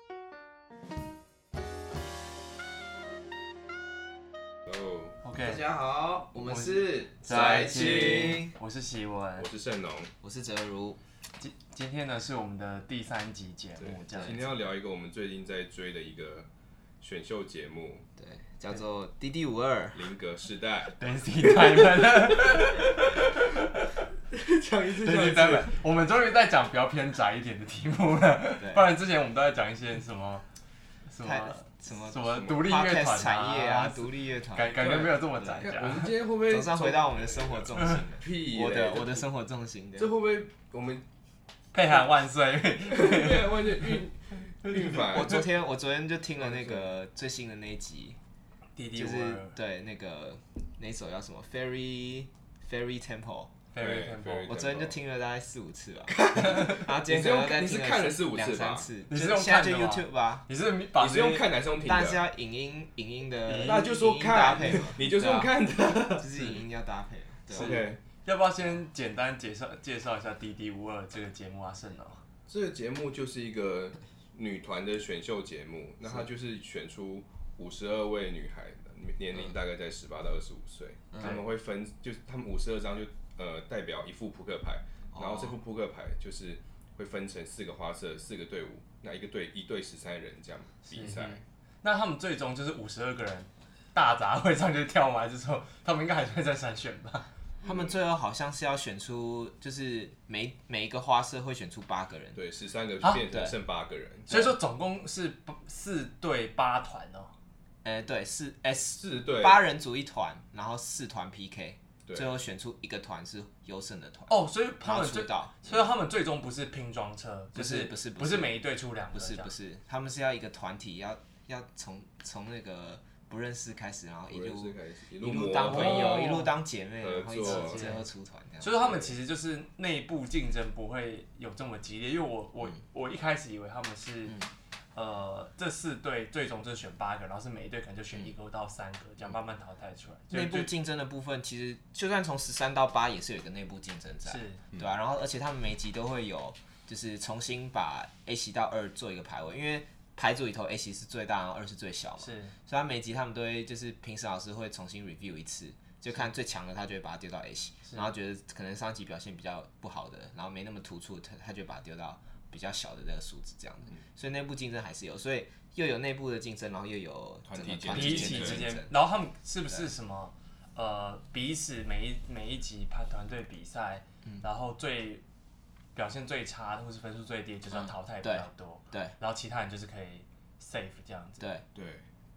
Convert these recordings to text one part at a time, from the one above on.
哦大 OK，家好，我们是宅青，青，我是习文我。是盛龙，我是哲如。今今天呢是我们的第三集节对目，这，样今天子。要聊一个我们最近在追的一个选秀节目对，叫做滴滴五二，《林格世代 Dancing Diamond， 讲一次 Dancing Diamond，我们终于在讲比较偏窄一点的题目了，对不然之前我们都在讲一些什么什太么什么什么独立乐团 podcast 产业啊，啊，独立乐团，感感觉没有这么窄看我讲们。今天会不会总是要回到我们的生活重心了。屁嘞？我的我的的生活重心这的，会不会我们 配喊万岁！ 对完全运运反？我昨天我昨天就听了那个最新的那一集，弟弟就我是对那个那首叫什么 Fairy Fairy Temple， Very 对 Temple，我昨天就听了大概四五次 吧，然后今你是天可能又用再你听是看了四五两次三吧？次，你是就用现在看就的吗 YouTube 吧。你是把你是用那看男生听但是的？嗯要影音影音的，那就说影音搭看配嘛，，啊你就是用看的。就是影音要搭配。对是啊， OK，要不要先简单介绍介绍一下《滴滴五二》这个节目啊？盛龙，这个节目就是一个女团的选秀节目，那它就是选出五十二位女孩，年龄大概在十八到二十五岁，嗯他们会分，就是他们五十二张就呃代表一副扑克牌，然后这哦副扑克牌就是会分成四个花色、四个队伍，那一个队一队十三人这样比赛。那他们最终就是五十二个人大杂烩上去跳吗？还是说他们应该还是会再筛选吧？他们最后好像是要选出，就是每每一个花社会选出八个人，对，十三个啊变成对剩八个人， 所以说总共是八四对八团哦。呃，对，四 S 四队八人组一团，然后四团 PK，对最后选出一个团是优胜的团，哦，所以然他后们出最道。所以他们最终不是拼装车，不就是不是不是每一队出两个不是这样不是，他们是要一个团体，要要从从那个不认识开始，然后一五人路是开始一一路路磨当朋哦友，一路当姐妹，合然后一作起最后出团这样。所以说他们其实就是内部竞争不会有这么激烈，因为我我、我一开始以为他们是、呃这四队最终就选八个，然后是每一队可能就选一个到三个，这样慢慢淘汰出来。内部竞争的部分，其实就算从十三到八也是有一个内部竞争在，是对啊，然后而且他们每集都会有，就是重新把 A 席到二做一个排位，因为排组里头 A 席是最大，然后二是最小嘛，是所以他每集他们都会就是评审老师会重新 review 一次，就看最强的他就会把它丢到 A 席，然后觉得可能上集表现比较不好的，然后没那么突出的，他他就把它丢到比较小的那个数字这样的，所以内部竞争还是有，所以又有内部的竞争，然后又有团整体个竞团争彼体此间的之竞争间，然后他们是不是什么呃彼此每一每一集排团队比赛，嗯然后最表现最差或是分数最低就是要淘汰比较多，对然后其他人就是可以 save 这样子。对。对，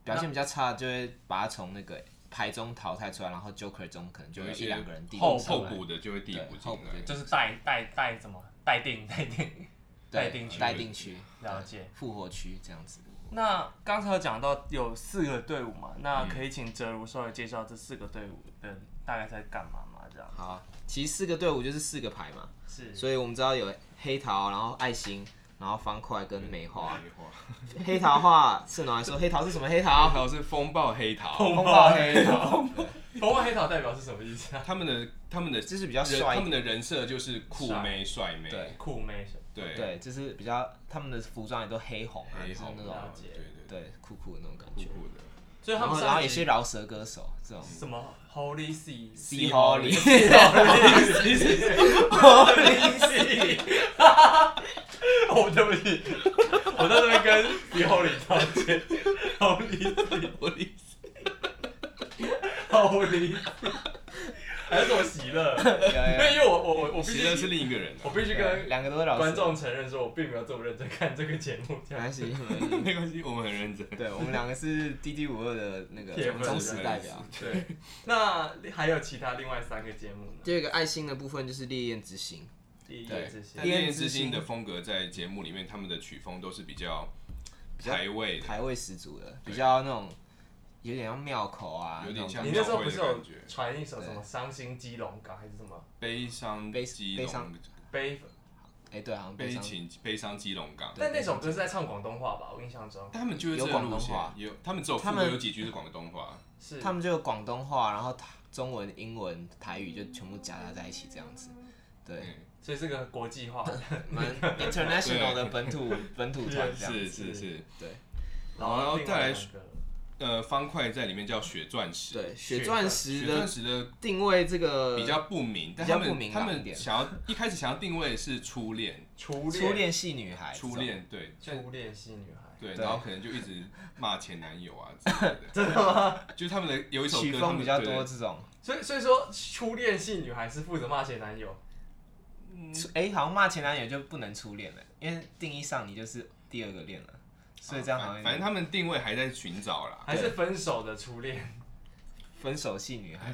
表现比较差，就会把他从那个牌中淘汰出来，然后 Joker 中可能就有会一一些两个人递后补补上后来，补的就会递补进对后补来的。就是带带带什么带定带定带对定区待定区，了解。复活区这样子。那刚才有讲到有四个队伍嘛，嗯那可以请哲如稍微介绍这四个队伍的大概在干嘛嘛？这样好，其实四个队伍就是四个牌嘛，是所以我们知道有黑桃，然后爱心，然后方块跟梅花。梅花 黑桃的话，盛龙来说，黑桃是什么黑 桃？还有是风暴黑桃，风暴黑黑桃， 风暴黑桃代表是什么意思啊？他们的他们的就是比较人帅一他们的人设就是酷妹帅妹，对酷妹是对对，就是比较他们的服装也都黑红啊，黑就是红那了种解对对酷酷的那种感对觉。酷酷的。所以然他后们然后上有一些集饶舌歌手这种。什么 Holy Sea C Holy， Holy Sea，Holy Sea，哦对不起，我在这边跟 C Holy 道歉，Holy Sea。我的意思好离谱， 还是我喜乐？啊因为因为我我我我必其实是须另一个人啊我必须跟两个都是饶舌观众承认说，我并没有这么认真看这个节目，这样没关系，没关系没关系，我们很认真。对我们两个是 D D 五二的那个铁粉从忠实代表。对。那还有其他另外三个节目呢？第二个爱心的部分就是烈焰之心，第一个对这些但第二烈焰之心的风格在节目里面，他们的曲风都是比较较排位的，台味十足的，比较那种有点像庙口啊，有点像你那那种时候不是有庙会的感觉传一首什么《伤心基隆港》还是什么悲伤悲基悲隆伤，悲？哎对，好像悲悲伤情悲伤基隆港。但那首歌是在唱广东话吧？我印象中但他们就是有这个广路东线话，有他们只有他副们歌有几句是广东话，是他们就有广东话，然后台中文、英文、台语就全部夹杂在一起这样子。 对，嗯所以这个国际 化。蛮 international 的本土本土团这样是子。是是。对，然后另外再来两个呃方块在里面叫血钻石，对，血钻石血钻的石的定位这个比较不明，但比较他不们明他朗一们点想要一开始想要定位的是初恋，初初恋恋系女孩，哦初恋对，但初恋系 女孩，对，对然后可能就一直骂前男友啊之类的，真的吗？就是他们的有一这首种曲歌他风们比较对多这种，所以所以说初恋系女孩是负责骂前男友，哎，好像骂前男友就不能初恋了，因为定义上你就是第二个恋了，所以这样好反啊反正像他们定位还在寻找啦。还是分手的初恋， 分手系女孩，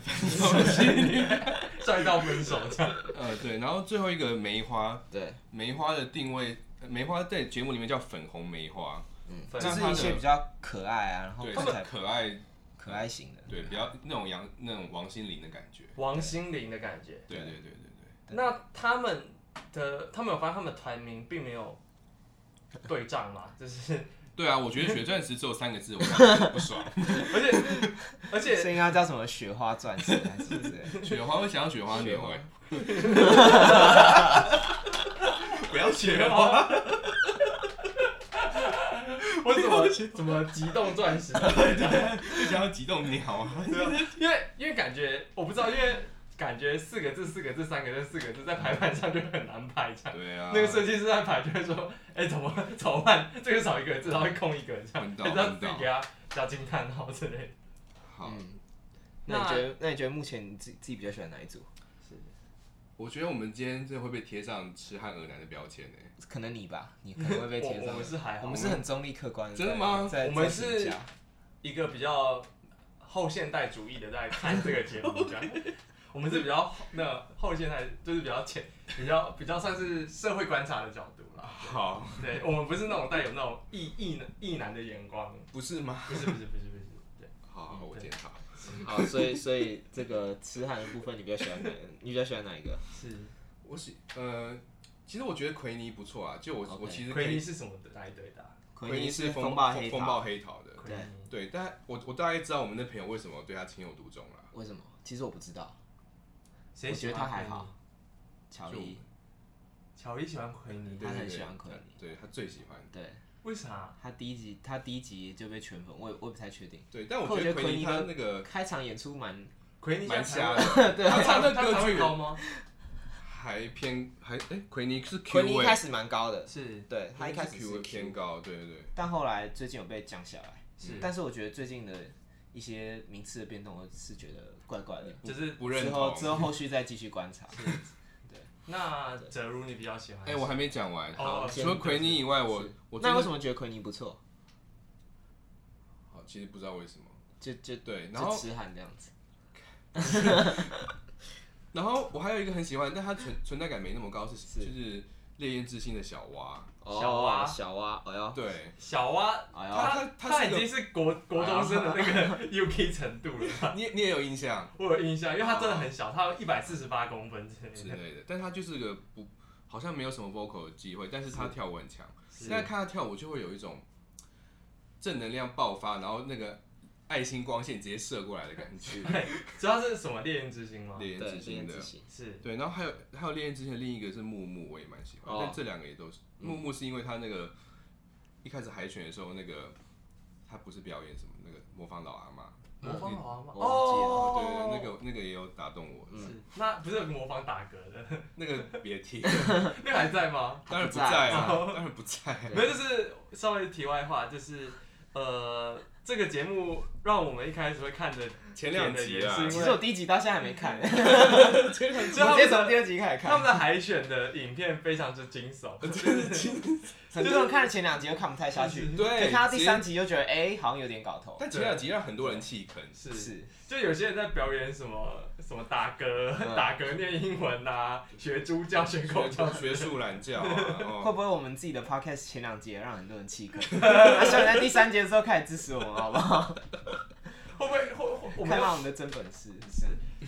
帅到分手这样。呃，对，然后最后一个梅花，对，梅花的定位，呃梅花在节目里面叫粉红梅花，分就那是他一的些比较可爱啊，然后对，看起来是可爱，可爱型的，对，比较那种杨那种王心凌的感觉。王心凌的感觉。对对对对对对，那他们的他们有发现他们团名并没有对仗嘛，就是 对啊，我觉 得血钻石只有三个字，我看了很不爽。而且而且是应该叫什么雪花钻石还是不是？雪花会想要雪花牛哎、不要雪花，花， 我怎么怎么激动钻石？ 就想要激动鸟 啊。因为因为感觉我不知道，因为感觉四个字、四个字、三个字、四个字在排版上就很难排这样。对啊，那个设计师在排就会说，哎、怎么怎么办？这个少一个字，然后会空一个这样，昏 倒还是 要昏自己倒给他加惊叹号之类的。好，嗯，那你觉得那你觉得目前你自己自己比较喜欢哪一组？我觉得我们今天这会被贴上痴汉俄男的标签哎、可能你吧，你可能会被贴我 上我。们是还好，我们是很中立客观的在，真的吗在我们在评是价一个比较后现代主义的在看这个节目，这样。我们是比较那后现代，就是比较浅，比较比较算是社会观察的角度 啦。好，对我们不是那种带有那种异异男异男的眼光，不是吗？不是不是不是不是，对，好嗯好，我检讨。 好，所以所以这个痴汉的部分，你比较喜欢哪？你比较喜欢哪一个？是我喜呃，其实我觉得奎尼不错啊，就我 OK 我其实奎可以尼是什么的来对的啊？奎尼是风暴暴黑风桃，暴黑桃的，奎尼对，但我我大概知道我们的朋友为什么对他情有独钟了，为什么？其实我不知道，谁我喜觉欢得他还奎尼好？乔伊，乔伊喜欢奎尼，对嗯他对对很喜欢奎尼他对他最喜欢，对为啥？他第一集他第一集就被圈粉，我也我也不太确定。对，但我可我觉得觉奎得奎尼尼他的那个开场演出蛮奎尼蛮现在瞎台的 湾，，对他唱那他歌台剧湾高吗？还偏还哎，奎尼是 Q 奎尼一开位，始蛮高的，是对他一开始 Q 位是 Q，偏高，对对对，但后来最近有被降下来。是，但是我觉得最近的一些名次的变动，我是觉得怪怪的。嗯就是呃不认之后之同。后后续再继续观察。那哲如你比较喜欢谁？哎，我还没讲完，哦除了奎尼以外，我我真那为的什么觉得奎尼不错？好，其实不知道为什么。就就对，然就后痴汉这样子。然后我还有一个很喜欢，但他存存在感没那么高，是是就是烈焰之心的小蛙，小蛙哦小蛙，哎呦，对， 小蛙，哎呦，他他他是已个经是国国中生的那 个 UK 程度了 吧，你也你也有印象我有印象，因为他真的很小，他一百四十八公分之之类的。类的，但他就是个不好像没有什么 vocal 的机会，但是他跳舞很强。是现在看他跳舞就会有一种正能量爆发，然后那个爱心光线直接射过来的感觉。对，知道是什么烈焰之心吗？烈焰对，之恋心人的之，心。是对，然后还有还有烈焰之心的另一个是木木，我也蛮喜欢，哦但这两个也都是木木是因为他那个一开始海选的时候那个。他不是表演什么那个模仿老阿妈，模仿老王吗？我忘记了对啊对，对那个那个也有打动我，是那不是有模仿打嗝的， 那个别提，那个还在吗？当然不他不在在啊，当然不在啊，没有，就是稍微题外话，就是呃，这个节目让我们一开始会看的前两点的集也啊是因为其实我第一集到现在还没看，我前 两集他直们接从第二集开始 他看们。的海选的影片非常之惊悚，很多人看了前两集又看不太下去，对，就看到第三集就觉得哎，好像有点搞头。但前两集让很多人弃坑，是是，就有些人在表演什么什么打嗝、嗯打嗝念英 文啊，学猪叫、学狗叫，学术懒觉啊， 会哦不会我们自己的 podcast 前两集也让很多人弃坑？ 那希望你在第三集的时候开始支持我们，好不 好？会不会会我们看到要我们的真本事。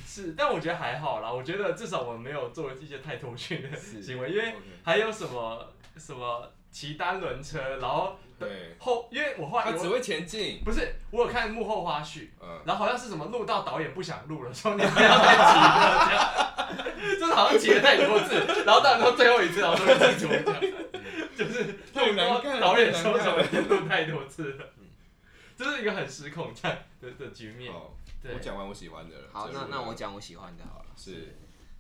是？但我觉得还好啦，我觉得至少我们没有做一些太脱序的是行为，因为 OK 还有什么什么骑单轮车，然后对，后因为我后来他只有会前进，不是我有看幕后花絮，嗯，然后好像是什么录到导演不想录了，说你不要再骑了这样。就是好像骑了太多次，然后到时候最后一次，然后都是清楚这样，就是 太难看了导演说什么已经录太多次了。这是一个很失控这样的的局面。好，对我讲完我喜欢的了。好，这那个那我讲我喜欢的好了。是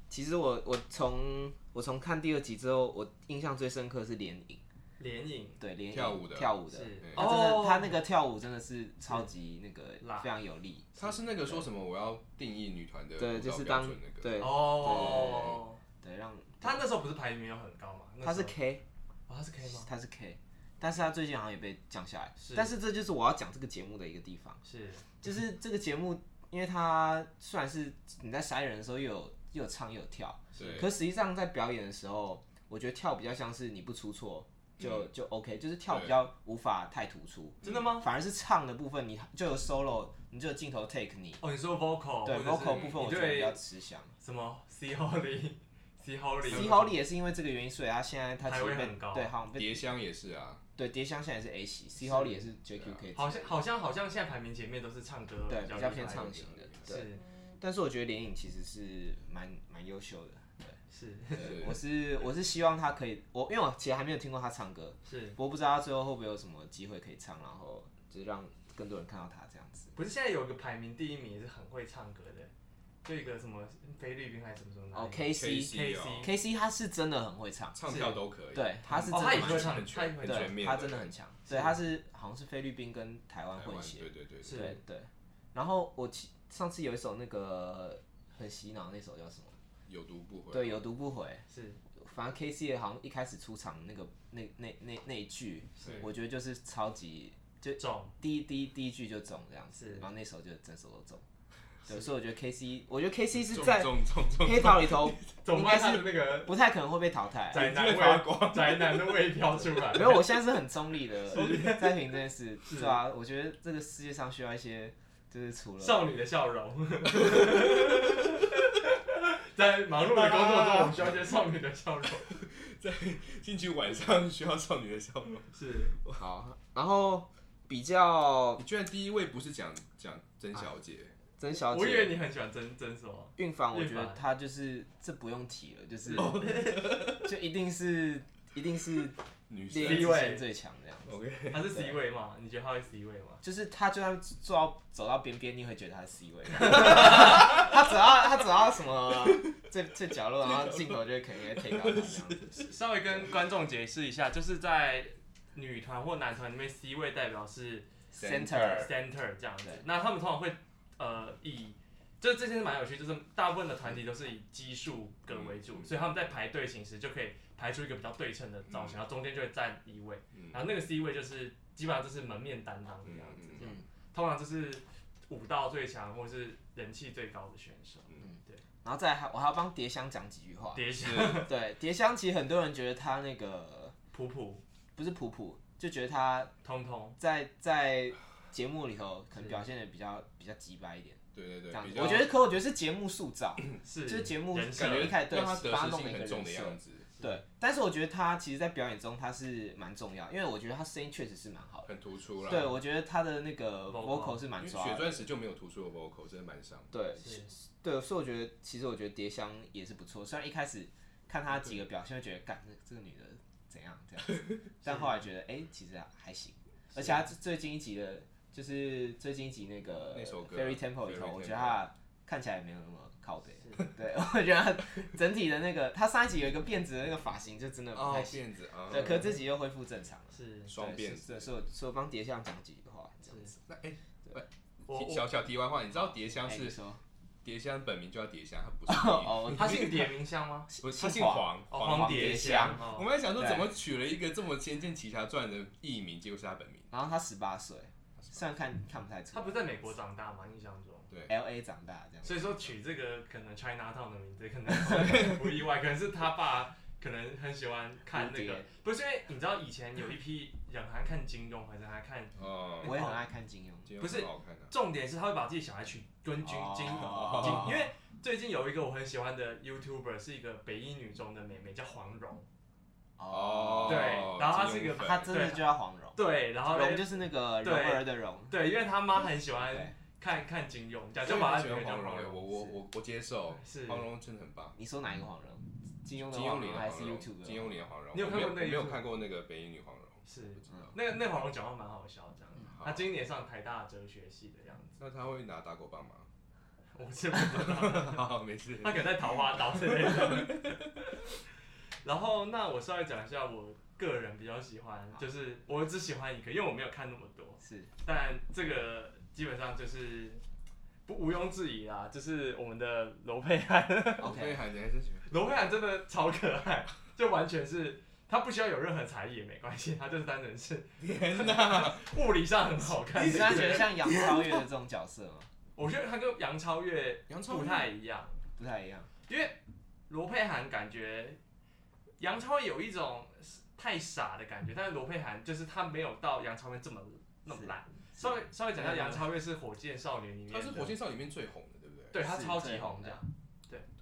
其实我我从我从看第二集之后，我印象最深刻的是联影，联影对联影跳舞的跳舞的，是嗯他真的、哦他那个跳舞真的是超级那个辣非常有力，他是那个说什么我要定义女团的舞对，就蹈是标当准那个，对哦，对让他那时候不是排名没有很高嘛？那他是时候 K 哦，他是 K 吗？他是 K，但是他最近好像也被降下来，是但是这就是我要讲这个节目的一个地方。是 就是这个节目，因为它虽然是你在筛人的时候又有又有唱又有跳，对可实际上在表演的时候，我觉得跳比较像是你不出错就、就 OK，就是跳比较无法太突出，嗯真的吗？反而是唱的部分你就有 solo，你就有镜头 take 你，哦，你说 vocal 对或者是 vocal 部分我觉得比较吃香。什么 C Holy，C Holy， C 好里也是因为这个原因，所以他现在他其排实位被很高对好像被蝶香也是啊，对蝶香现在也是 A 席，C 好里也是 JQK，好像好像好像现在排名前面都是唱歌对比较厉害偏唱的型的，对。是但是我觉得联影其实是蛮蛮优秀的，对。是对我是我是希望他可以，我因为我其实还没有听过他唱歌，是，我不知道他最后会不会有什么机会可以唱，然后就是让更多人看到他这样子。不是现在有个排名第一名也是很会唱歌的，就一个什么菲律宾还是什么什么哦哪里，K C KC 哦 K C 他是真的很会唱，唱跳都可以，对，他是哦真的他也蛮会强唱很他也全会很唱全对，面，他真的很强，对，他是好像是菲律宾跟台湾台混湾血，对对对，是对对。然后我其上次有一首那个很洗脑那首叫什么？有毒不回，对，有毒不回。是反正 K C 好像一开始出场那个那那那那一句，是我觉得就是超级就重第一第一第一句就中这样是子，然后那首就整首都中。对，所以我觉得 K C，我觉得 K C 是重在重重重，黑桃里头总应该该是是那个 不太可能会被淘汰。宅男你这个发味宅男的味飘出来没，有，我现在是很中立的 在评这件事，对啊，我觉得这个世界上需要一些，就是除了少女的笑 容。在忙碌的工作中，我们需要一些少女的笑 容。进去晚上需要少女的笑容。是好，然后比较你居然第一位不是讲讲曾小姐，曾小我以为姐你很喜欢真真什么？运房，我觉运得房哦她就是这不用提了，就是 就一定是一 定是女猎神 C 鹰之位前最强这样。 ，OK，他是 C 位吗？你觉得他会 C 位吗？就是他就算坐到走到边边，你会觉得他是 C 位。他走到他走到什么 最最角落，然后镜头就会肯定会 take 到他这 样子。稍微跟观众解释一下，就是在女团或男团里面，C 位代表是 Center center 这样子对。那他们通常会呃以，就是这件事蛮有趣，就是大部分的团体都是以奇数个为主，嗯所以他们在排队形时就可以排出一个比较对称的造嗯型，然后中间就会站一位，嗯然后那个 C 位就是基本上就是门面担当这样子，嗯 嗯嗯通常就是武道最强或是人气最高的选手。然后再来还我还要帮蝶香讲几句话。蝶香对，蝶香其实很多人觉得他那个普普不是普普，就觉得他通通在在节目里头可能表现的比较比较鸡掰一点对对这对，样比子。较我觉得可我觉得是节目塑造，是就是节目人设感觉一开始对让她把得他失弄心了一个很重人的设。样子，对，但是我觉得他其实，在表演中他是蛮重要，因为我觉得他声音确实是蛮好的。很突出啦。对，我觉得他的那个 Vocal vocal 是因蛮为抓血的。钻石就没有突出的 vocal，真的蛮伤。对是对，所以我觉得其实我觉得蝶香也是不错，虽然一开始看她几个表现会觉得，干这这个女的怎样这样 子，但后来觉得哎、其实还行，而且她最最近一集的，就是最近一集那个那首歌 Fairy Temple 里头， Fairy 我觉得她看起来没有那么靠背。 对，我觉得她整体的那个，她上一集有一个辫子的那个发型就真的不哦太，行，辫子啊，对，可是这集又恢复正常了。是双对辫是子。对，所以我所以我帮蝶香讲几句话，这样子。那哎，我提我小小题外话，你知道蝶香哎你是说蝶香本名就叫蝶香，她不是蝶 哦，他姓蝶名香吗？不是她姓姓黄哦，黄蝶蝶香香哦我们在想说对怎么取了一个这么《仙剑奇侠传》的艺名，结果是她本名。然后他十八岁，虽然看看不太出他来不是在美国长大吗？印象中， ，L A 长大这样。所以说取这个可能 China Town 的名字，可能 不意外，可能是他爸可能很喜欢看那蝴个蝶，不是因为你知道以前有一批人还看金庸，还是还看，哦，我也很爱看金庸，今天不是很好看啊的，重点是他会把自己小孩取跟金金哦金，因为最近有一个我很喜欢的 YouTuber 是一个北一女中的妹妹叫黄蓉，哦对，然后她是一金个庸粉啊他真的就叫黄蓉，对，然后蓉嘞就是那个蓉对儿的蓉，对，因为他妈很喜欢对，看看金庸，这所样就以把我他喜女儿欢叫黄黄蓉，蓉，我我我我接受，是黄蓉真的很棒。你说哪一个黄蓉？金庸的金庸黄里的蓉黄还是蓉， YouTube 的金庸里的黄蓉，你有我没看过我那没有 YouTube？看过那个北影女黄蓉，是不知道。那那会儿我讲话蛮好笑的啊这样子。好他今年上台大哲学系的样子，那他会拿打狗棒吗？我是不知道。好，没事。他可能在桃花岛之类的。 然后，那我稍微讲一下我个人比较喜欢，就是我只喜欢一个，因为我没有看那么多， 是但这个基本上就是不毋庸置疑啦，就是我们的罗佩涵，所以 OK，海你还是喜欢罗佩涵真的超可爱，就完全是。他不需要有任何才艺也没关系，他就是单纯是天哪！物理上很好看。你突然觉得像杨超越的这种角色吗？我觉得他跟杨超越杨超不越太一样。不太一样，因为罗佩涵感觉杨超越有一种太傻的感觉，但是罗佩涵就是他没有到杨超越这么那么烂。稍微稍微讲一下，杨超越是火箭少年里面他的，是火箭少里面最红的，对不对？对他是超级最红红这的样，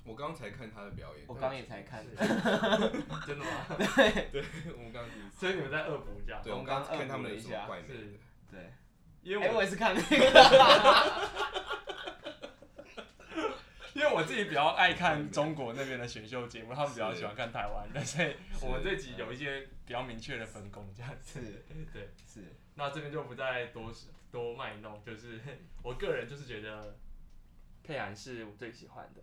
我刚刚才看他的表演，我刚也才看，是 真的吗？但我们刚刚第一次所以你们在恶补这样，对，我我们刚刚刚看他们恶的补了一什么下怪美是的，对，因为哎，我我也是看那 个，因为我自己比较爱看中国那边的选秀节目，他们比较喜欢看台湾的，所以我们这集有一些比较明确的分工这样子。是对，是，那这边就不再多多卖弄，就是 我个人就是觉得佩涵是我最喜欢的。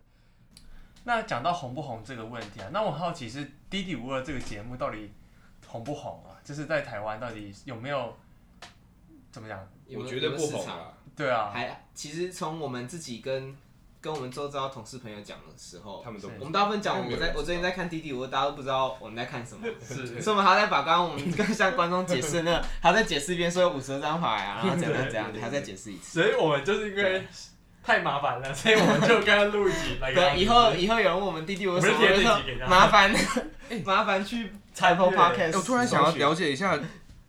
那讲到红不红这个问题啊，那我好奇是《滴滴五二》这个节目到底红不红啊？就是在台湾到底有没有怎么讲？有我了觉得不有了红市场啊，对啊，还其实从我们自己跟跟我们周遭同事朋友讲的时候他。们都是我不们大部分讲他我们没们有在人我最知近道在看滴滴，我大家都不知道我们在看什么，是所以我们还在把刚刚我们刚向观众解释的那个，还要再解释一遍说有五十张牌啊，然后怎样怎样，还要再解释一次。所以我们就是因为太麻烦了，所以我们就该录一集来给他对，啊们以后以后有人问我们弟弟为什么，我们我就就贴这集给他说麻烦麻烦去 Apple Podcast 搜寻。哎我突然想要了解一下，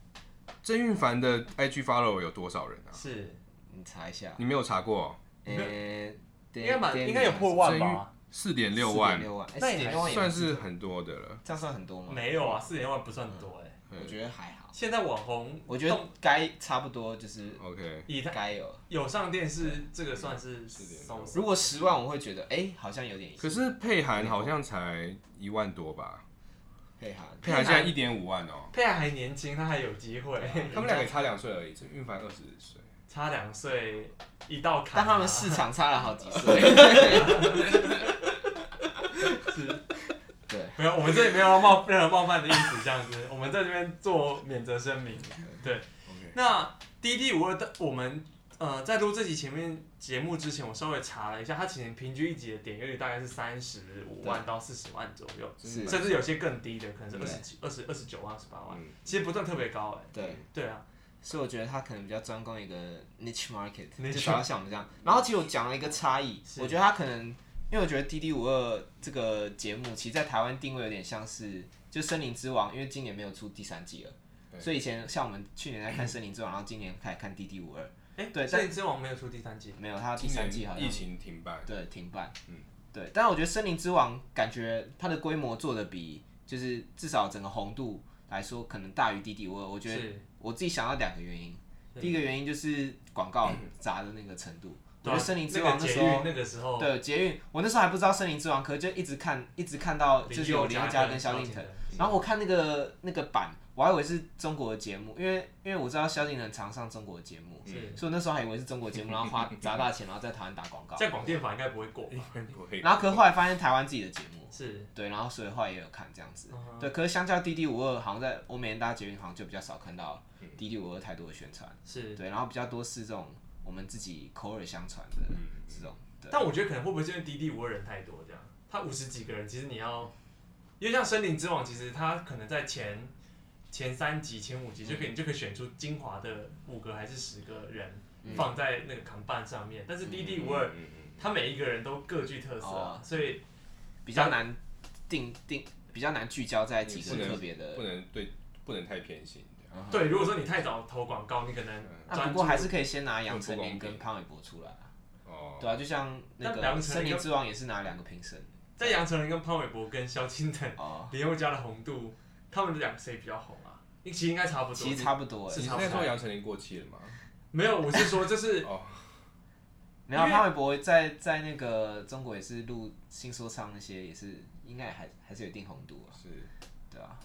曾韵凡的 IG follow 有多少人啊？是你查一下，你没有查过？哦呃，应应该蛮应该有破万吧？四点六万，六万，那那也也万也算是很多的了。嗯这样算很多吗？没有啊，四点万不算多哎、我觉得还好，现在网红，我觉得该差不多就是得 OK，以他该有。有上电视这个算是松如果十万，我会觉得哎，好像有点可是佩涵好像才一万多吧？配合。佩啊涵现在一点五万哦、佩涵还年轻，他还有机会，嗯他们两个也差两岁而已，曾韵凡二十岁。 差两岁一道坎、但啊，他们市场差了好几岁， 是对，没有，我们这里没有要冒任何冒犯的意思，这样子， 我们在这边做免责声明。 OK，那 D D 五二的我们呃在录这集前面节目之前，我稍微查了一下，它其实平均一集的点阅率大概是三十五万到四十万左右，是甚至有些更低的，可能是对二十几、二十二十九万、二十八万，啊啊嗯，其实不算特别高哎、对。对啊，所以我觉得他可能比较专攻一个 niche market， Niche 就主要像我们这样。然后其实我讲了一个差 异，是我觉得他可能，因为我觉得《D D 五二》这个节目，其实在台湾定位有点像是就《森林之王》，因为今年没有出第三季了，对所以以前像我们去年在看《森林之王》，然后今年开始看《D D 五二》，哎、对森林之王没有出第三季，没有，他第今三季好年像疫情停办，对停办，嗯，对。但我觉得《森林之王》感觉它的规模做的比就是至少整个红度来说，可能大于《D D 五二》，我觉得。是我自己想到两个原因，对第一个原因就是广告砸的那个程度。对我觉啊得《森林之王》那个时捷运候，那个时候对捷运，我那时候还不知道《森林之王》，可是就一直看，一直看到就是有林宥嘉跟萧敬腾。，然后我看那个那个版，我还以为是中国的节目，因为因为我知道萧敬腾常上中国的节目，是所以我那时候还以为是中国节目，然 后花砸大钱，然后在台湾打广告。在广电法应该不会过吧，不会然后可是后来发现台湾自己的节目， 是对，然后所以后来也有看这样子。嗯哼对，可是相较 D D 五二，好像在欧美人大捷运好像就比较少看到嗯 D D 五二太多的宣传。是。对，然后比较多是这种我们自己口耳相传的嗯这种，对，但我觉得可能会不会是因为滴滴五个人太多这样？他五十几个人，其实你要，因为像《森林之王》，其实他可能在前前三集、前五集就可以，嗯你就可以选出精华的五个还是十个人嗯放在那个扛棒上面。但是滴滴五二，嗯嗯他每一个人都各具特色啊，哦所以比较难定定，比较难聚焦在几不个能特别嗯的不。能对，不能太偏心。嗯哼，对，如果说你太早投广告，你可能那专不注过还是可以先拿杨会不丞琳公跟平潘玮柏出来啊，哦，对啊，就像那但个杨《丞森琳林跟之王》也是拿两个评审在杨丞琳跟潘玮柏跟萧敬腾、哦，林宥嘉的红度，他们两个谁比较红啊？其实应该差不多，其实差不多欸是你差不那时候多。杨丞琳过气了吗？没有，我是说这是哦，没有啊因为潘玮柏在在那个中国也是录新说唱那些也是应该还还是有一定红度啊，是对啊，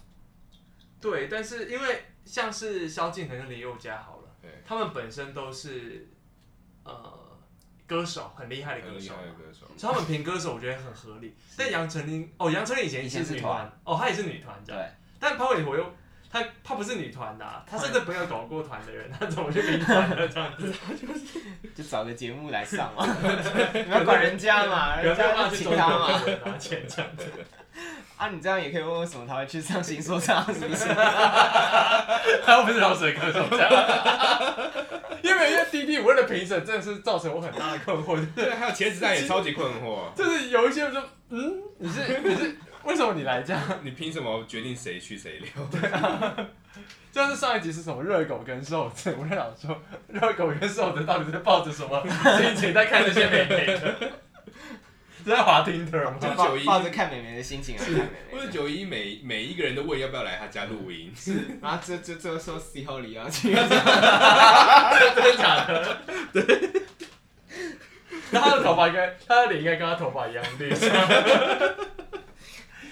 对，但是因为像是萧敬腾跟林宥嘉好了，对，他们本身都是呃歌手，很厉害的歌很厉手害的嘛，歌手，所以他们评歌手我觉得很合理。但杨丞琳哦，杨丞琳以前以前是女团团，哦，她也是女团这样，对，但潘玮柏又。他他不是女团的啊、他甚至没有搞过团的人，他怎么去评团的 这样子？就找个节目来 上嘛， 你不要管人家嘛，有人没有办家法就去请他嘛。拿钱这样子？啊，你这样也可以问为什么他会去上新说唱，是不 是？ 他又不是饶舌歌手，这样因为因为滴滴五二的评审真的是造成我很大的困惑， 对，还有茄子蛋也超级困惑，就是有一些人说，嗯，你是你是为什么你来这样？你凭什么决定谁去谁留？就是上一集是什么热狗跟瘦子，我在想说热狗跟瘦子到底是抱着什么 心情在看这些美眉 的？是在滑 Tinder 吗？就九抱一抱着看美眉的心情来看美或者眉，九一每每一个人都问要不要来他家录音，然后这这这说 C 后里要 去，真的假的？ 对。那他的头发应该，他的脸应该跟他头发一样绿。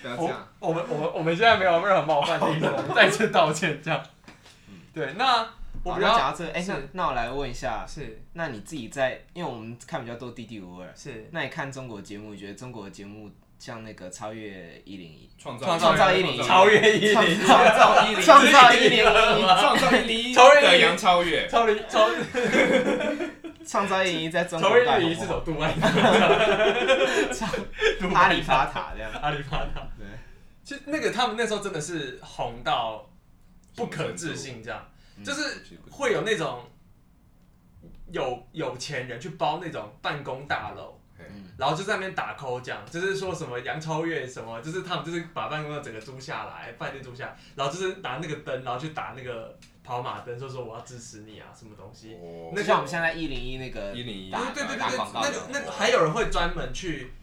不要这我样。我们我们我们现在没有任何冒犯的意思，我们再次道歉这样。对，那我好，比那较讲到这，哎，那是那我来问一下，是那你自己在，因为我们看比较多弟弟五二，是那你看中国节目，你觉得中国节目像那个超越一零一，创创创造造一零一，超越一零一，创造一零，创造一零一，创造一零一超越的杨超越，超离超创造一零一在中国超越大一零一红是首 杜拜火阿里发塔这样，阿里巴巴。对，其实那个他们那时候真的是红到不可置信，这样嗯就是会有那种有有钱人去包那种办公大楼嘿。然后就在那边打 call 这样，就是说什么杨超越什么，就是他们就是把办公的整个租下来，饭店租下来，然后就是拿那个灯，然后去打那个跑马灯，说说我要支持你啊，什么东西。哦那像我们现在一零一那个101打对对对打对广告那的个那个还有人会专门去，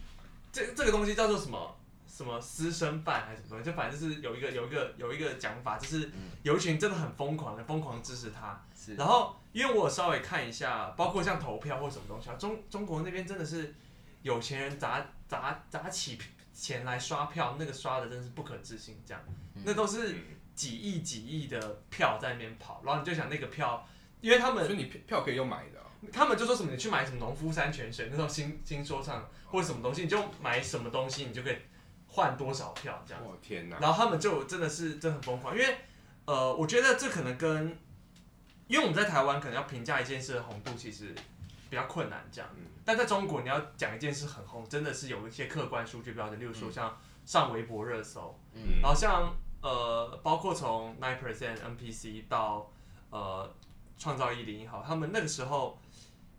这这个东西叫做什么什么私生饭还是什么，就反正就是有一个有一个有一个讲法，就是有一群真的很疯狂的疯狂支持他，是然后因为我稍微看一下，包括像投票或什么东西啊，中中国那边真的是有钱人砸砸砸起钱来刷票，那个刷的真是不可置信，这样，那都是嗯几亿几亿的票在那边跑，然后你就想那个票，因为他们所以你票票可以用买的哦，他们就说什么你去买什么农夫山泉水，那时候新新说唱或者什么东西，你就买什么东西，你就可以换多少票这样。我天哪！然后他们就真的是真的很疯狂，因为呃，我觉得这可能跟，因为我们在台湾可能要评价一件事的红度其实比较困难这样，嗯但在中国你要讲一件事很红，真的是有一些客观数据标准，例如说像上微博热搜，嗯然后像呃，包括从 Nine Percent NPC 到呃创造一零一号，他们那个时候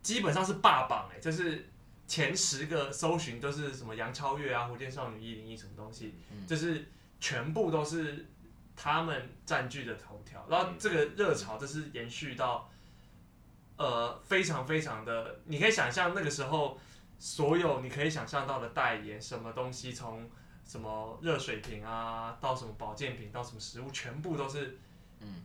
基本上是霸榜哎、就是前十个搜寻都是什么杨超越啊、火箭少女一零一什么东西，就是全部都是他们占据的头条，然后这个热潮就是延续到呃非常非常的，你可以想象那个时候所有你可以想象到的代言什么东西从。什么热水瓶啊，到什么保健品，到什么食物，全部都是，嗯，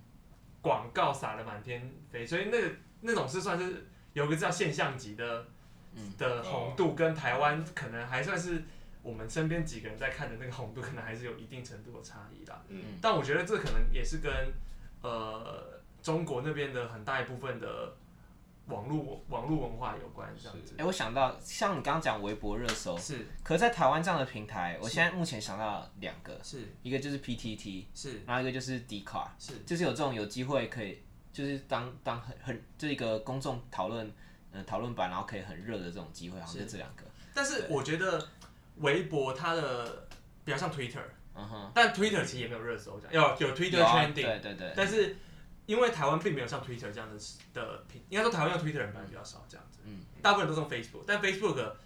广告撒的满天飞，所以那个那种是算是有个叫现象级的，嗯的红度跟台湾可能还算是我们身边几个人在看的那个红度，可能还是有一定程度的差异啦。嗯但我觉得这可能也是跟呃中国那边的很大一部分的网络网络文化有关，这样子哎、我想到像你刚刚讲微博热搜，是可在台湾这样的平台，我现在目前想到两个，是一个就是 PTT，是然后一个就是 d c a r 是就是有这种有机会可以，就是当当很很这一个公众讨论，呃，讨论版，然后可以很热的这种机会，好像就这两个。但是我觉得微博它的比较像 Twitter，嗯哼，但 Twitter 其实也没有热搜这样，有有 Twitter 有啊 trending，、对对对，但是因为台湾并没有像 Twitter 这样的的平，应该说台湾用 Twitter 的人本来比较少这样子，嗯，大部分都是用 Facebook，但 Facebook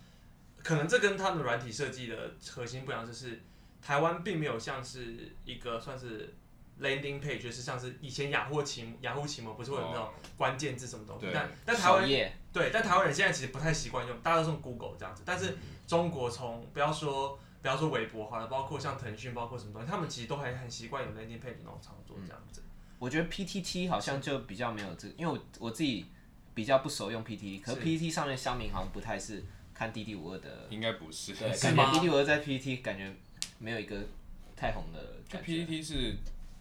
可能这跟他们的软体设计的核心不一样，就是台湾并没有像是一个算是 landing page，就是像是以前雅虎奇摩雅虎奇摩不是会有那种关键字什么东西，对但但台湾哦首页对，但台湾人现在其实不太习惯用，大家都是用 Google 这样子。但嗯是中国从不要说不要说微博好了，包括像腾讯，包括什么东西，他们其实都还很习惯有 landing page 那种操作这样子。我觉得 PTT 好像就比较没有这因为我我自己比较不熟用 PTT，可是是 PTT 上面乡民好像不太是看 DD 五二的，应该不是，对，是感觉吗 DD 五二在 PTT 感觉没有一个太红的就感觉。 PPT 是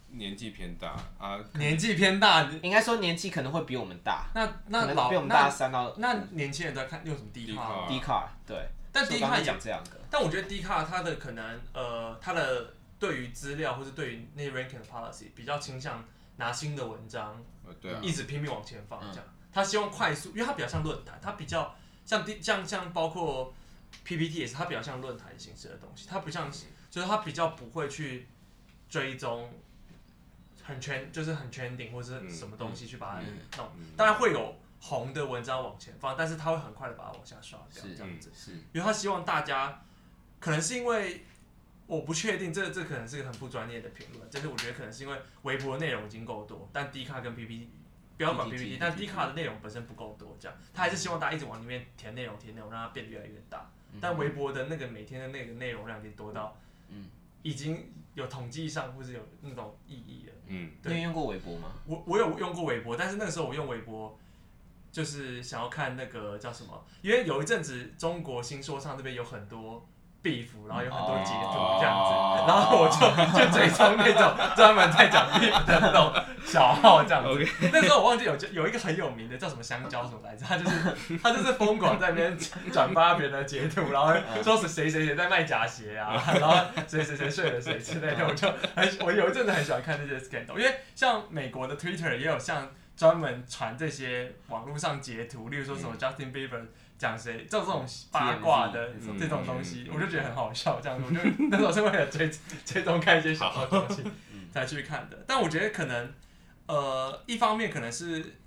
年纪偏大啊，年纪偏大，应该说年纪可能会比我们大，那可那能老比我们大那三到那年轻人在看用什么 D 卡？ Dcard 低卡，对。但所 D 以我刚卡刚也讲这两个，但我觉得 D 卡它的可能呃，它的对于资料或是对于那 ranking 的 policy 比较倾向拿新的文章，呃对啊，一直拼命往前放这样。他希望快速，因为它比较像论坛，它比较像 D 像像包括 PPT 也是，它比较像论坛形式的东西，它不像就是它比较不会去追踪很圈，就是很 trending 或是嗯什么东西去把它弄。嗯当然会有红的文章往前放，但是它会很快的把它往下刷掉。是嗯这样子，是因为他希望大家，可能是因为我不确定，这这可能是个很不专业的评论，但是我觉得可能是因为微博的内容已经够多，但 D 卡跟 PPT 不要管 PPT PPT，但 D PPT 卡的内容本身不够多，这样他还是希望大家一直往里面填内容，填内容让它变得越来越大。但微博的那个每天的那个内容量已经多到，嗯，已经有统计上或者有那种意义了。嗯你有用过微博吗？我我有用过微博，但是那个时候我用微博，就是想要看那个叫什么，因为有一阵子中国新说唱这边有很多 beef，然后有很多截图这样子，哦然后我就就追踪那种专门在讲 beef 的那种小号这样子。那时候我忘记有有一个很有名的叫什么香蕉什么来着，他就是他就是疯狂在那边转发别人的截图，然后说是谁谁谁在卖假鞋啊，然后谁谁谁睡了谁之类的，我就很我有一阵子很喜欢看这些 scandal，因为像美国的 Twitter 也有像专门传这些网络上截图，例如嗯说什么 Justin Bieber 讲谁，这种八卦的嗯这种东西嗯，嗯我就觉得很好笑，这样 子，我就那时候是为了追追踪看一些小道东西嗯才去看的，但我觉得可能。呃，一方面可能是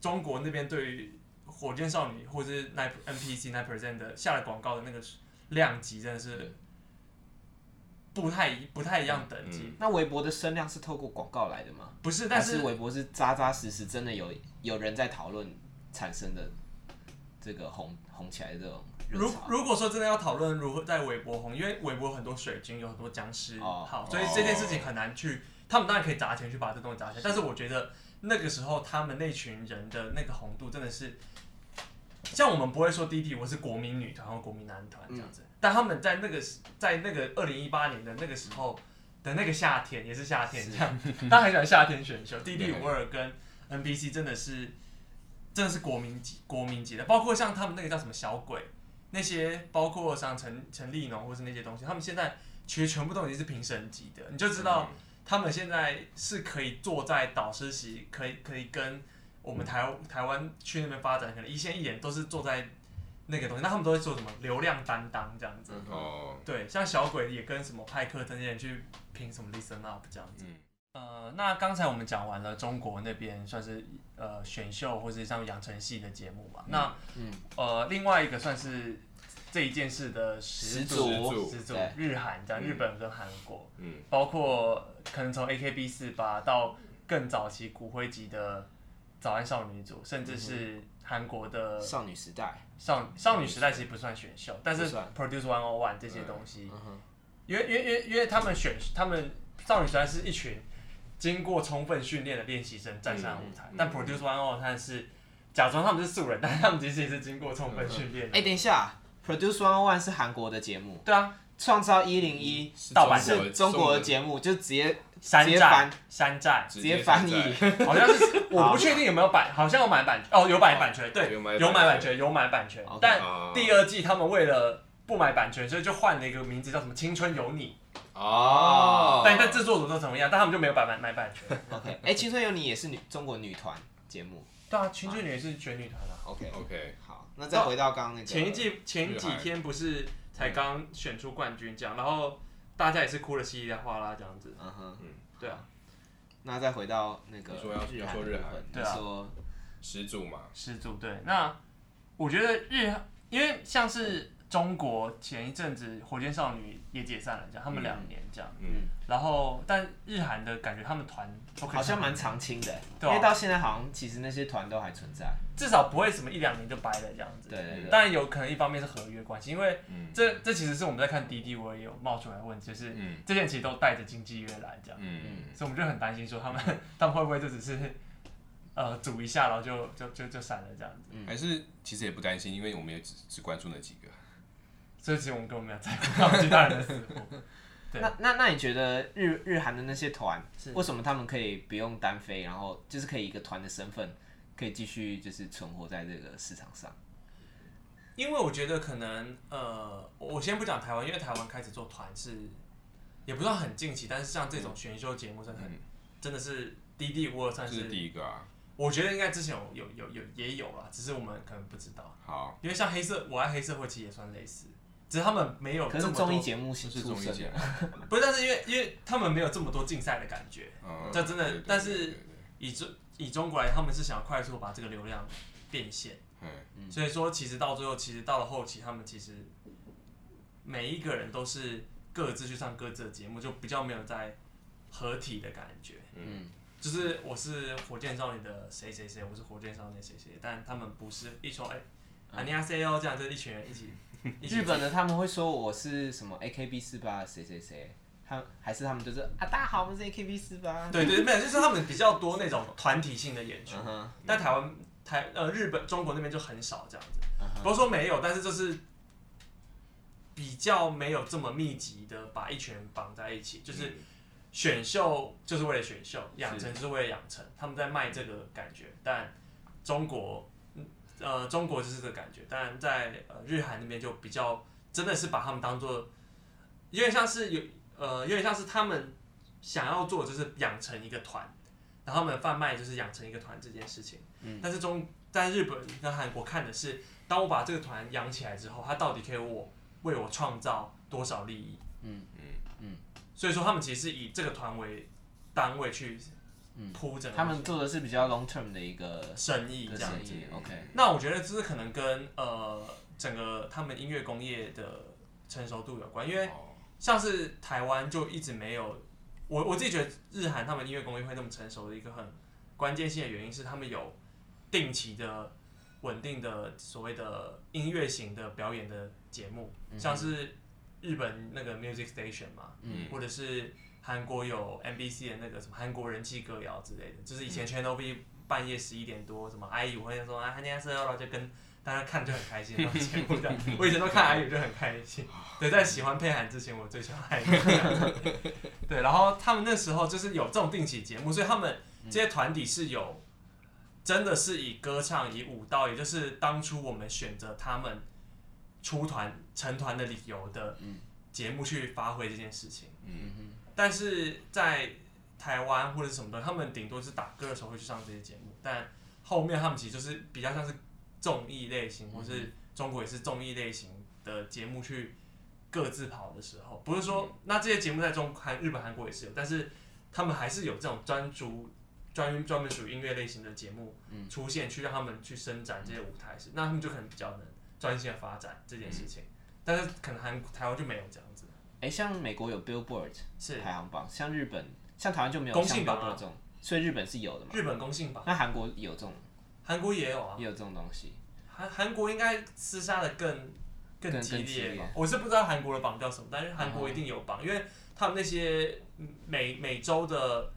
中国那边对于火箭少女或是 nine NPC nine percent 的下了广告的那个量级真的是不太一不太一样等嗯级，那微博的声量是透过广告来的吗？不是，但还是是微博是扎扎实实，真的有有人在讨论产生的这个红红起来的这种热如潮。如果说真的要讨论如何在微博红，因为微博很多水军，有很多僵尸，哦好哦，所以这件事情很难去，他们当然可以砸钱去把这东西砸起来，但是我觉得那个时候他们那群人的那个红度真的是，像我们不会说弟弟我是国民女团或国民男团这样子，但他们在那个在那个二零一八年的那个时候的那个夏天也是夏天这样，大家很喜欢夏天选秀，弟弟对五二跟 NBC 真的是。真的是国民级国民级的，包括像他们那个叫什么小鬼，那些包括像陈陈立农或是那些东西，他们现在其实全部都已经是评审级的，你就知嗯道他们现在是可以坐在导师席，可以可以跟我们台台湾去那边发展，可能一线一演都是坐在那个东西，那他们都会做什么流量担当这样子。哦，对，像小鬼也跟什么派克这些人去评什么 Listen Up 这样子。嗯呃，那刚才我们讲完了中国那边算是呃选秀或是像养成系的节目嘛，那、嗯呃另外一个算是这一件事的始祖始祖始祖对嗯日韩这样，日本跟韩国，嗯包括可能从 AKB 四八到更早期骨灰级的早安少女组，甚嗯至是韩国的少女时代，少少女时代其实不算选秀，但是不算 Produce One O One 这些东西嗯，哼，因为因为因为因为他们选他们少女时代是一群经过充分训练的练习生站上舞台，嗯嗯但 Produce One O 他是假装他们是素人，但 是他们其实也是经过充分训练的。哎，等一下，Produce One One 是韩国的节目，对啊，创造一零一是盗版嗯是中国的节目，就直接山直接寨翻山寨，直接翻译，好像是我不确定有没有版，好像有买版哦，有买版权，对，有买版权有买版权，有买版权 OK，但哦第二季他们为了。不买版权，所以就换了一个名字，叫什么“青春有你哦”，，但但制作组都怎么样，但他们就没有买买买版权。 OK，哎、青春有你也是女中国女团节目对啊，青春女也是全女团啊。 ，OK， OK，好，那再回到刚刚那个前一季前几天不是嗯才刚选出冠军奖，然后大家也是哭的稀里哗啦这样子。嗯哼，对啊，那再回到那个你说要日要说日韩的部分对啊你说始祖嘛，十足对。那我觉得日，因为像是中国前一阵子火箭少女也解散了，这样他们两年这样。嗯然后但日韩的感觉，他们团都可以好像蛮常青的、对啊因为到现在好像其实那些团都还存在，至少不会什么一两年就掰了这样子。对对对，当然有可能一方面是合约关系，因为嗯这这其实是我们在看滴滴，我也有冒出来问，就是嗯这些人其实都带着经纪约来这样。嗯所以我们就很担心说他们 他们会不会就只是呃煮一下，然后就就就就散了这样子。嗯，还是其实也不担心，因为我们也只只关注那几个，所以其实我们根本没有在乎他们其他人的死活。对那那那你觉得日日韩的那些团是，为什么他们可以不用单飞，然后就是可以一个团的身份，可以继续就是存活在这个市场上？因为我觉得可能呃，我先不讲台湾，因为台湾开始做团是也不算很近期，但是像这种选秀节目真的很、真的是滴滴我算这是嗯是，第一个啊。我觉得应该之前有有有有也有啦，只是我们可能不知道，好，因为像黑社我爱黑社会其实也算类似，只是他们没有可这是么综艺多，节目是这是出综艺身节的，目，不是，但是因为因为他们没有这么多竞赛的感觉，嗯这真的对对对但是对对以中以中国来，他们是想快速把这个流量变现。对所以说，其实到最后，其实到了后期，他们其实每一个人都是各自去上各自的节目，就比较没有在合体的感觉。嗯，就是我是火箭少年的谁谁谁，我是火箭少年谁谁，但他们不是一说哎，啊你 C O 这样，就是一群人一起。一起日本的他们会说我是什么 AKB 四八谁谁谁，他还是他们就是啊大家好，我们是 AKB 四八，对对，没有，就是他们比较多那种团体性的演出嗯，哼，但台湾台呃日本中国那边就很少这样子，嗯不是说没有，但是就是比较没有这么密集的把一群人绑在一起，就是选秀就是为了选秀，养成就是为了养成，他们在卖这个感觉，但中国嗯呃中国就是这个感觉，但在呃日韩那边就比较真的是把他们当做有点像是有呃有点像是他们想要做的就是养成一个团。然后他们贩卖就是养成一个团这件事情。嗯，但是中在日本跟韩国看的是，当我把这个团养起来之后，它到底可以我为我创造多少利益？嗯嗯嗯。所以说他们其实是以这个团为单位去铺整个嗯他们做的是比较 long term 的一个生意的这样生子。意，OK，那我觉得这是可能跟呃整个他们音乐工业的成熟度有关，因为对，哦像是台湾就一直没有，我我自己觉得日韩他们音乐工业会那么成熟的一个很关键性的原因是他们有定期的稳定的所谓的音乐型的表演的节目，像是日本那个 Music Station 嘛，嗯或者是韩国有 MBC 的那个什么韩国人气歌谣之类的，就是以前 Channel V 半夜十一点多什么阿姨我会说啊哈尼亚斯，然后就跟大家看就很开心，然后节目这样，我以前都看阿姨就很开心。对，在喜欢佩涵之前，我最喜欢阿姨。对，然后他们那时候就是有这种定期节目，所以他们这些团体是有真的是以歌唱、以舞蹈，也就是当初我们选择他们出团成团的理由的节目去发挥这件事情。嗯但是在台湾或者什么的，他们顶多是打歌的时候会去上这些节目，但后面他们其实就是比较像是综艺类型，或是中国也是综艺类型的节目去各自跑的时候，不是说那这些节目在中韩、日本、韩国也是有，但是他们还是有这种专注。专专门属于音乐类型的节目出现，去让他们去伸展这些舞台是，那他们就可能比较能专心的发展这件事情。但是可能韩台湾就没有这样子，哎，像美国有 Billboard 是排行榜，像日本，像台湾就没有公像信榜 Billboard 啊这种，所以日本是有的嘛。日本公信榜，那韩国有这种，韩国也有啊。也有这种东西。韩韩国应该厮杀的更激更更激烈烈嗯吧？我是不知道韩国的榜叫什么，但是韩国一定有榜，因为他们那些每每周的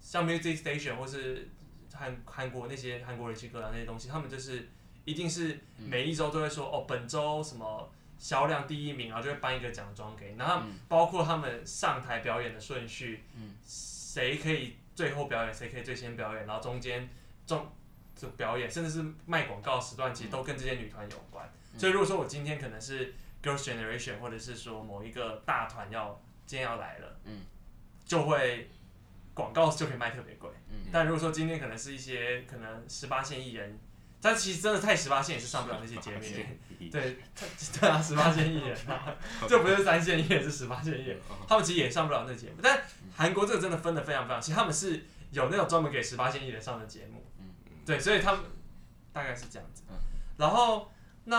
像 Music Station 或是韩韩国那些韩国人气歌啊那些东西，他们就是一定是每一周都会嗯说、哦，本周什么。销量第一名，然后就会颁一个奖状给你，然后嗯包括他们上台表演的顺序，谁可以最后表演，谁可以最先表演，然后中间中这表演，甚至是卖广告时段，其实都跟这些女团有关。所以如果说我今天可能是 Girls Generation，或者是说某一个大团要今天要来了，嗯，就会广告就可以卖特别贵。嗯，但如果说今天可能是一些可能十八线艺人，但其实真的太十八线也是上不了那些节目。 对，他对啊，十八线艺 人啊，这不是三线艺人，是十八线艺人，哦他们其实也上不了那节目。但嗯韩国这个真的分的非常非常细，他们是有那种专门给十八线艺人上的节目，嗯对，所以他们大概是这样子。然后那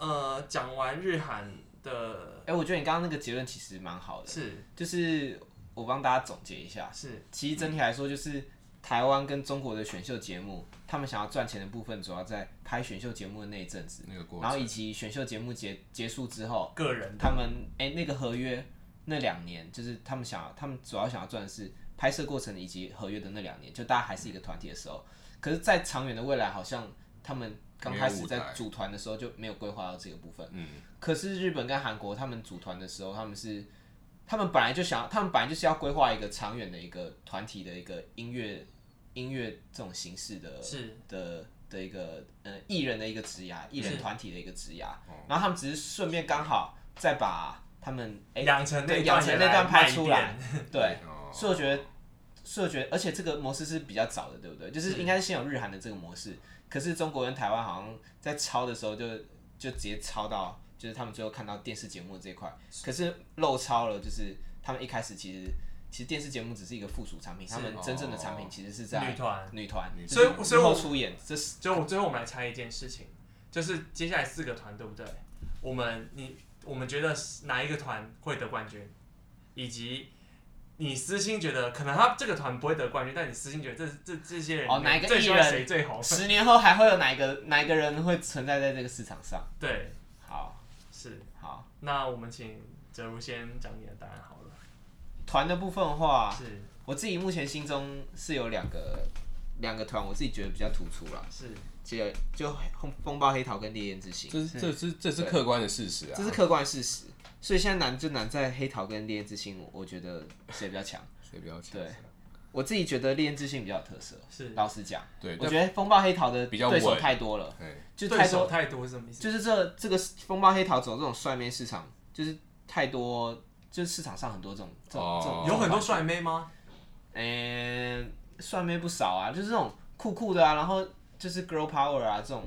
呃，讲完日韩的哎，我觉得你刚刚那个结论其实蛮好的，呃是就是我帮大家总结一下，是其实整体来说就是。台湾跟中国的选秀节目，他们想要赚钱的部分主要在拍选秀节目的那一阵子，那个过然后程，以及选秀节目结结束之后，个人他们哎、那个合约那两年，就是他们想要，他们主要想要赚的是拍摄过程以及合约的那两年，就大家还是一个团体的时候。可是，在长远的未来，好像他们刚开没有始舞台在组团的时候就没有规划到这个部分。嗯，可是日本跟韩国他们组团的时候，他们是他们本来就想，他们本来就是要规划一个长远的一个团体的一个音乐音乐这种形式的是的的一个呃艺人的一个职涯，艺嗯人团体的一个职涯，哦然后他们只是顺便刚好再把他们哎养成对那养成那段拍出来来，对，哦所以我觉得，所以我觉得，而且这个模式是比较早的，对不对？嗯就是应该是先有日韩的这个模式，可是中国跟台湾好像在抄的时候就就直接抄到，就是他们最后看到电视节目这一块，可是漏抄了，就是他们一开始其实其实电视节目只是一个附属产品，他们真正的产品其实是在哦女团女团，女就是所以所以幕后我出演，这是就我最后我们来猜一件事情，就是接下来四个团对不对？我们你我们觉得哪一个团会得冠军，以及你私心觉得可能他这个团不会得冠军，但你私心觉得这这这些人哦哪一个最喜艺欢人谁最红？十年后还会有哪一个哪一个人会存在在这个市场上？对，好，是。好，那我们请哲如先讲你的答案好了。团的部分的话，是我自己目前心中是有两个两个团，我自己觉得比较突出啦，是，就就风风暴黑桃跟烈焰之心，这是这是这是客观的事实啊，这是客观事实。所以现在难就难在黑桃跟烈焰之心，我我觉得谁比 较强？谁比较强？对我自己觉得烈焰之心比较有特色。是老实讲，对我觉得风暴黑桃的比较对手稳太多了，哎就对太多手太多是什么意思？就是这这个风暴黑桃走这种帅妹市场，就是太多，就是市场上很多这种这种、这种哦有很多帅妹吗？嗯，帅妹不少啊，就是这种酷酷的啊，然后就是 girl power 啊，这种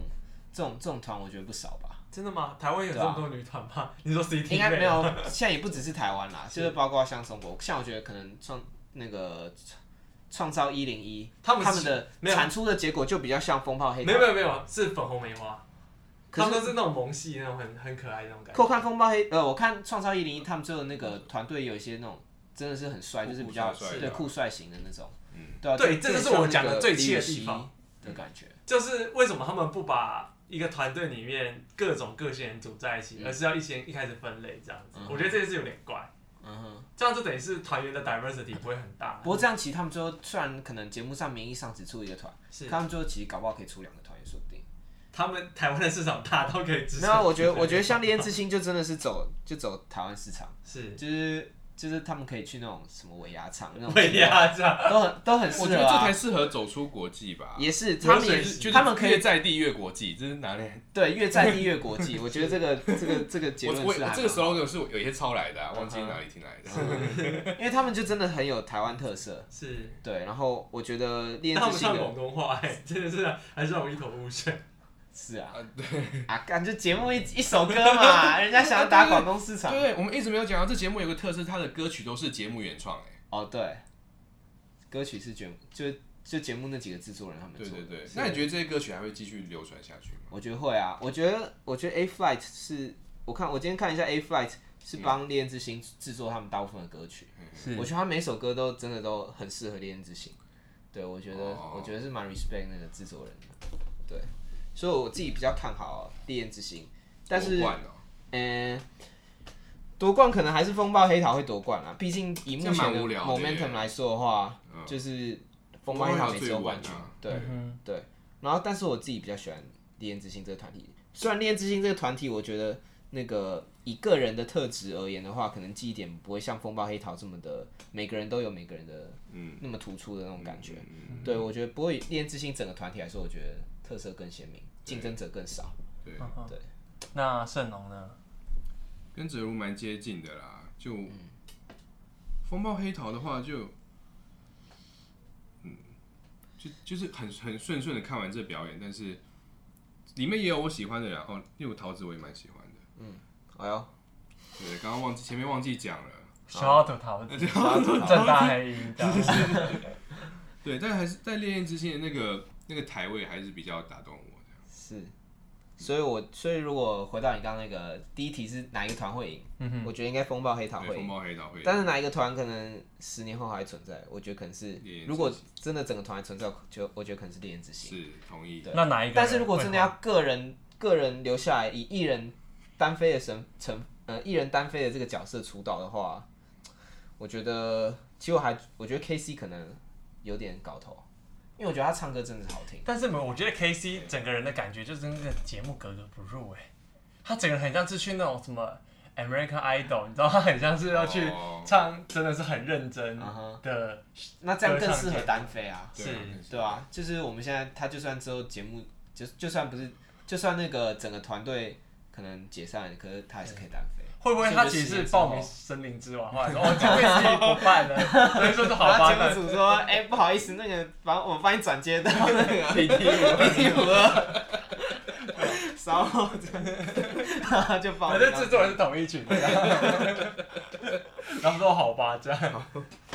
这种这种团我觉得不少吧。真的吗？台湾有这么多女团吗？ 你说 CT 应该妹没有，现在也不只是台湾 啦，就是包括像中国，像我觉得可能创那个创造一零一，他们是他们的没有产出的结果就比较像风暴黑没桃。有没有没有，是粉红梅花，哎可他是们都是那种萌系，那种很很可爱的那种感觉。可我看风暴黑，呃，我看创造一零一，他们最后那个团队有一些那种真的是很帅，酷就是酷比较帅帅的对啊酷帅型的那种，嗯对啊，对这就是我像讲的那个最气的李雨地方熙的感觉。就是为什么他们不把一个团队里面各种各性人组在一起，而是要一些一开始分类这样子？我觉得这件事有点怪，嗯哼。这样就等于是团员的 diversity 不会很大。不过这样其实他们最后虽然可能节目上名义上只出一个团，是可他们最后其实搞不好可以出两个团也说不定。他们台湾的市场大到可以支持。没有啊，我觉得我觉得像烈焰之星就真的是走就走台湾市场， 是就是就是他们可以去那种什么尾牙场那种，被压榨，都很都很适我觉合得这才啊。适合走出国际吧。也是他们也就是是他们可越以在地越国际，这是哪里？对越在地越国际，我觉得这个这个这个结我论我是嗯还这个蛮好 slogan 是有一些抄来的啊，忘记哪里听来 的。因为他们就真的很有台湾特色。是。对，然后我觉得烈焰但他之们星唱的广东话、哎，真的是还是让我一头雾水。是啊，啊，感觉节目一一首歌嘛，人家想要打广东市场。对，我们一直没有讲到这节目有个特色，它的歌曲都是节目原创哎。哦，对，歌曲是节目，就就节目那几个制作人他们对做的。对对，那你觉得这些歌曲还会继续流传下去吗？我觉得会啊，我觉得我觉得 A Flight 是我看我今天看一下 A Flight 是帮烈焰之心制作他们大部分的歌曲，我觉得他每首歌都真的都很适合烈焰之心。对，我觉得、哦我觉得是蛮 respect 那个制作人的，对，所以我自己比较看好烈焰之心，但是夺冠哦嗯，夺冠可能还是风暴黑桃会夺冠啦，啊毕竟以目这前样蛮的无聊的耶嗯 momentum 来说的话，就是风暴黑桃每次有冠军风暴黑桃最稳啊，嗯对对。然后，但是我自己比较喜欢烈焰之星这个团体。虽然烈焰之星这个团体，我觉得那个以个人的特质而言的话，可能记忆点不会像风暴黑桃这么的，每个人都有每个人的嗯那么突出的那种感嗯觉。对，我觉得不过以烈焰之星整个团体来说，我觉得特色更鲜明，竞争者更少。对，嗯那盛龙呢？跟哲如蛮接近的啦。就风暴黑桃的话，就嗯，就就是很很顺顺的看完这表演，但是里面也有我喜欢的人哦，因为桃子我也蛮喜欢的。哎呦，对，刚刚忘记前面忘记讲了。 小的桃子，正大黑鹰这样 对，但还是在烈焰之心的那个那个台位还是比较打动我的。是，所以我所以如果回到你刚刚那个第一题是哪一个团会赢，嗯我觉得应该风暴黑桃对，会风赢，暴黑桃啊会。但是哪一个团可能十年后还存在，我觉得可能是烈焰之如果真的整个团还存在，就我觉得可能是烈焰之心。是同意。那哪一个人会红？但是如果真的要个人个人留下来，以艺人单飞的成成呃艺人单飞的这个角色出道的话，我觉得其实我还我觉得 K C 可能有点搞头，因为我觉得他唱歌真的是好听。但是我觉得 K C 欸整个人的感觉就是那个节目格格不入哎、他整个人很像是去那种什么 American Idol，你知道他很像是要去哦唱，真的是很认真嗯哼的，那这样更歌适唱合节单飞啊，对啊是很对啊，就是我们现在他就算之后节目就就算不是就算那个整个团队可能解散，可是他还是可以单飞。会不会他其实是报名森林之 王，后来说哦，这辈子自己不办了，所以说是好然 后吧，节目组说：“哎、不好意思，那个帮我帮你转接到那个 P T 五，第五了，然后就然后就 放。”反正制作人是同一群的， 然后说好吧，这样，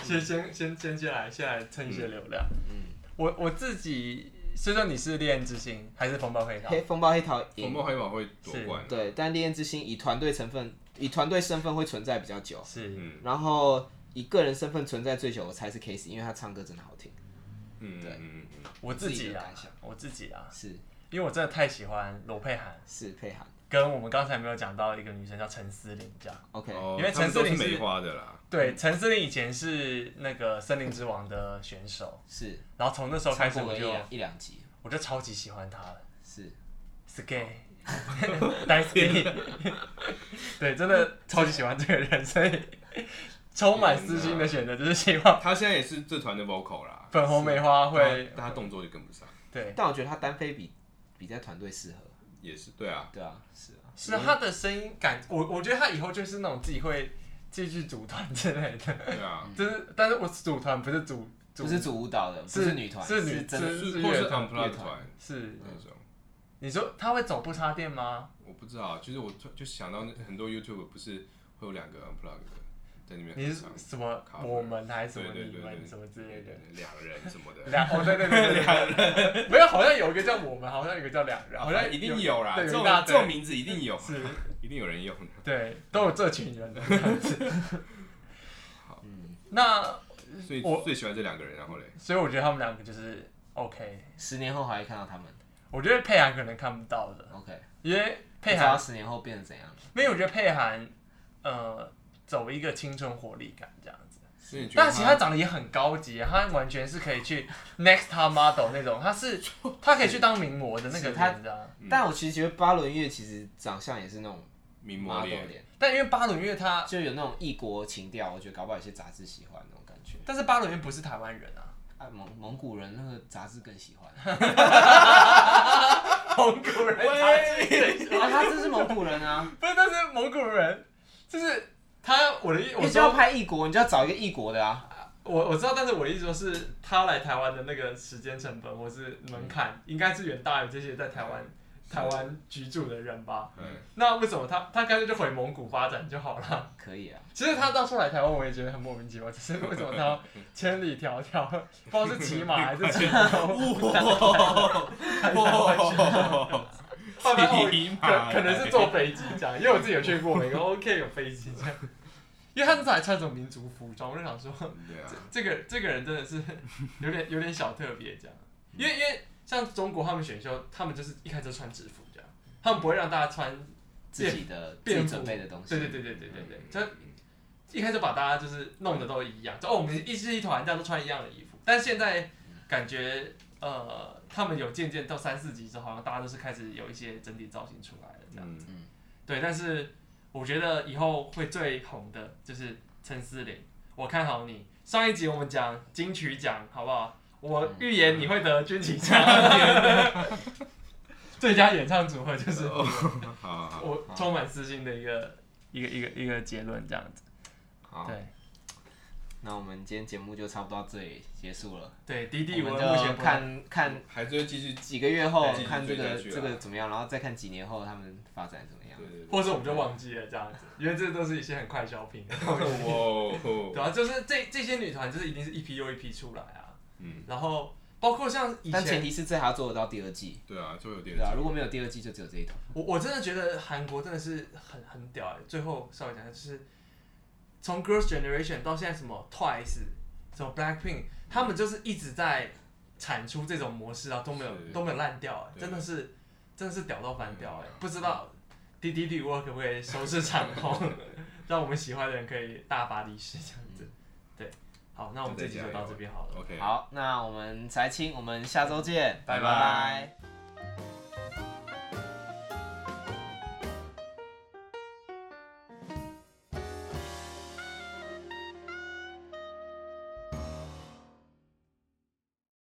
先先先先先来，先来蹭一些流量。嗯我我自己，虽说你是烈焰之星还是风暴黑桃，黑风暴黑桃红赢，帽黑马会夺冠，啊对，但烈焰之心以团队成分以团队身份会存在比较久，是嗯然后以个人身份存在最久，我猜是 Casey，因为他唱歌真的好听。嗯对嗯嗯，我自自己己的啊感想，我自己啊，是因为我真的太喜欢罗佩涵，是配涵跟我们刚才没有讲到一个女生叫陈思玲这样。 ，OK，、哦因为他们都陈思是玲是梅花的啦，嗯对，陈思玲以前是那个森林之王的选手，是。然后从那时候开始唱过我个一就两一两集，我就超级喜欢她了是 ，Sky。Nice day，对， 真的超级喜欢这个人，所以充满私心的选择就是希望他现在也是这团的 vocal 啦，哦粉红梅花会但他动作就跟不上，对，但我觉得他单飞比比在团队适合，也是对 啊，对啊，是啊，是她的声音感，我我觉得她以后就是那种自己会继续组团之类的，对啊，就是但是我组团不是组组不是主舞蹈的，不是是女团，是女真是的是是或乐是团 unplugged 乐团团是啊那种。你说她会走不插电吗？我不知道，就是我突就想到那很多 YouTube 不是会有两个 unplug 的在那边你很是长，什么 cover 我们还是什么对对你对们对什么之类的？两人什么 的，两哦对对对对两 人没有，好像有一个叫我们，好像有一个叫两人，啊好像一定有啦，对这有种一大这种堆，名字一定有，是，一定有人用的。对，都有这群人的 样子。那所以我最喜欢这两个人，然后嘞，所以我觉得他们两个就是 OK，十年后还会看到他们我觉得佩涵可能看不到的， ，OK，因为不佩知道涵，十年后变成怎样，因为我觉得佩涵呃走一个青春活力感这样子。所以你觉得但其实他长得也很高级，他完全是可以去 next top model 那种，他是他可以去当名模的那个是他人，你知道吗？嗯但我其实觉得八轮月其实长相也是那种名模 model 脸，脸，但因为八轮月他，就有那种异国情调，我觉得搞不好有些杂志喜欢那种感觉。但是八轮月不是台湾人啊，啊，蒙蒙古人那个杂志更喜欢，蒙古人 他是啊，他真是蒙古人啊！不是，但是蒙古人就是他，我的意我你知就要道，拍异国，你就要找一个异国的啊，我我知道，但是我的意思说是他来台湾的那个时间成本或是门槛，嗯应该是远大于这些在台湾台湾居住的人吧？嗯， 那为什么他他干脆就回蒙古发展就好了？ 可以啊，其实他当初来台湾，我也觉得很莫名其妙，只是为什么他要千里迢迢，不知道是骑马还是骑牛，后来 我骑马可可能是坐飞机这样，因为我自己有去过美国，OK 有飞机这样。 因为他那时候还穿什么民族服装，我就想说，对啊，这个这个人真的是有点有点小特别这样。因为因为像中国他们选秀，他们就是一开始就穿制服这样，他们不会让大家穿，自己的自便己服准备的东西，对对对对对对对，就一开始把大家就是弄得都一样，就哦，我们一是一团，大家都穿一样的衣服。但现在感觉呃，他们有渐渐到三四级之后，好像大家都是开始有一些整体造型出来了，这样。 嗯，对，但是我觉得以后会最红的就是陈思玲，我看好你。上一集我们讲金曲奖，好不好？我预言你会得金曲 奖，最佳演唱组合就是哦 好好好我充满私心的一个一个一个一个结论，这样子。好，对那我们今天节目就差不多到这里结束了。对，迪迪我我们目前就不看看看还是会继续，几个月后对继续看追这个下去啊这个怎么样，然后再看几年后他们发展怎么样对。对对，或者我们就忘记了这样子，因为这都是一些很快消品。 哇，哦对啊，就是这这些女团就是一定是一批又一批出来啊，嗯，然后包括像以但前前，提是最好做得到第二季，对啊，就有点对啊，如果没有第二季，就只有这一团。我我真的觉得韩国真的是很很屌哎、最后稍微讲一下，就是从 Girls Generation 到现在什么 Twice、什么 Blackpink，他们就是一直在产出这种模式啊，都没有是都没有烂掉哎、对真的是真的是屌到翻掉哎、嗯不知道滴滴滴我可不可以收视长虹， 让我们喜欢的人可以大发利市这样嗯子。对，好，那我们这期就到这边好了。 OK，好，那我们才青，我们下周见，拜拜拜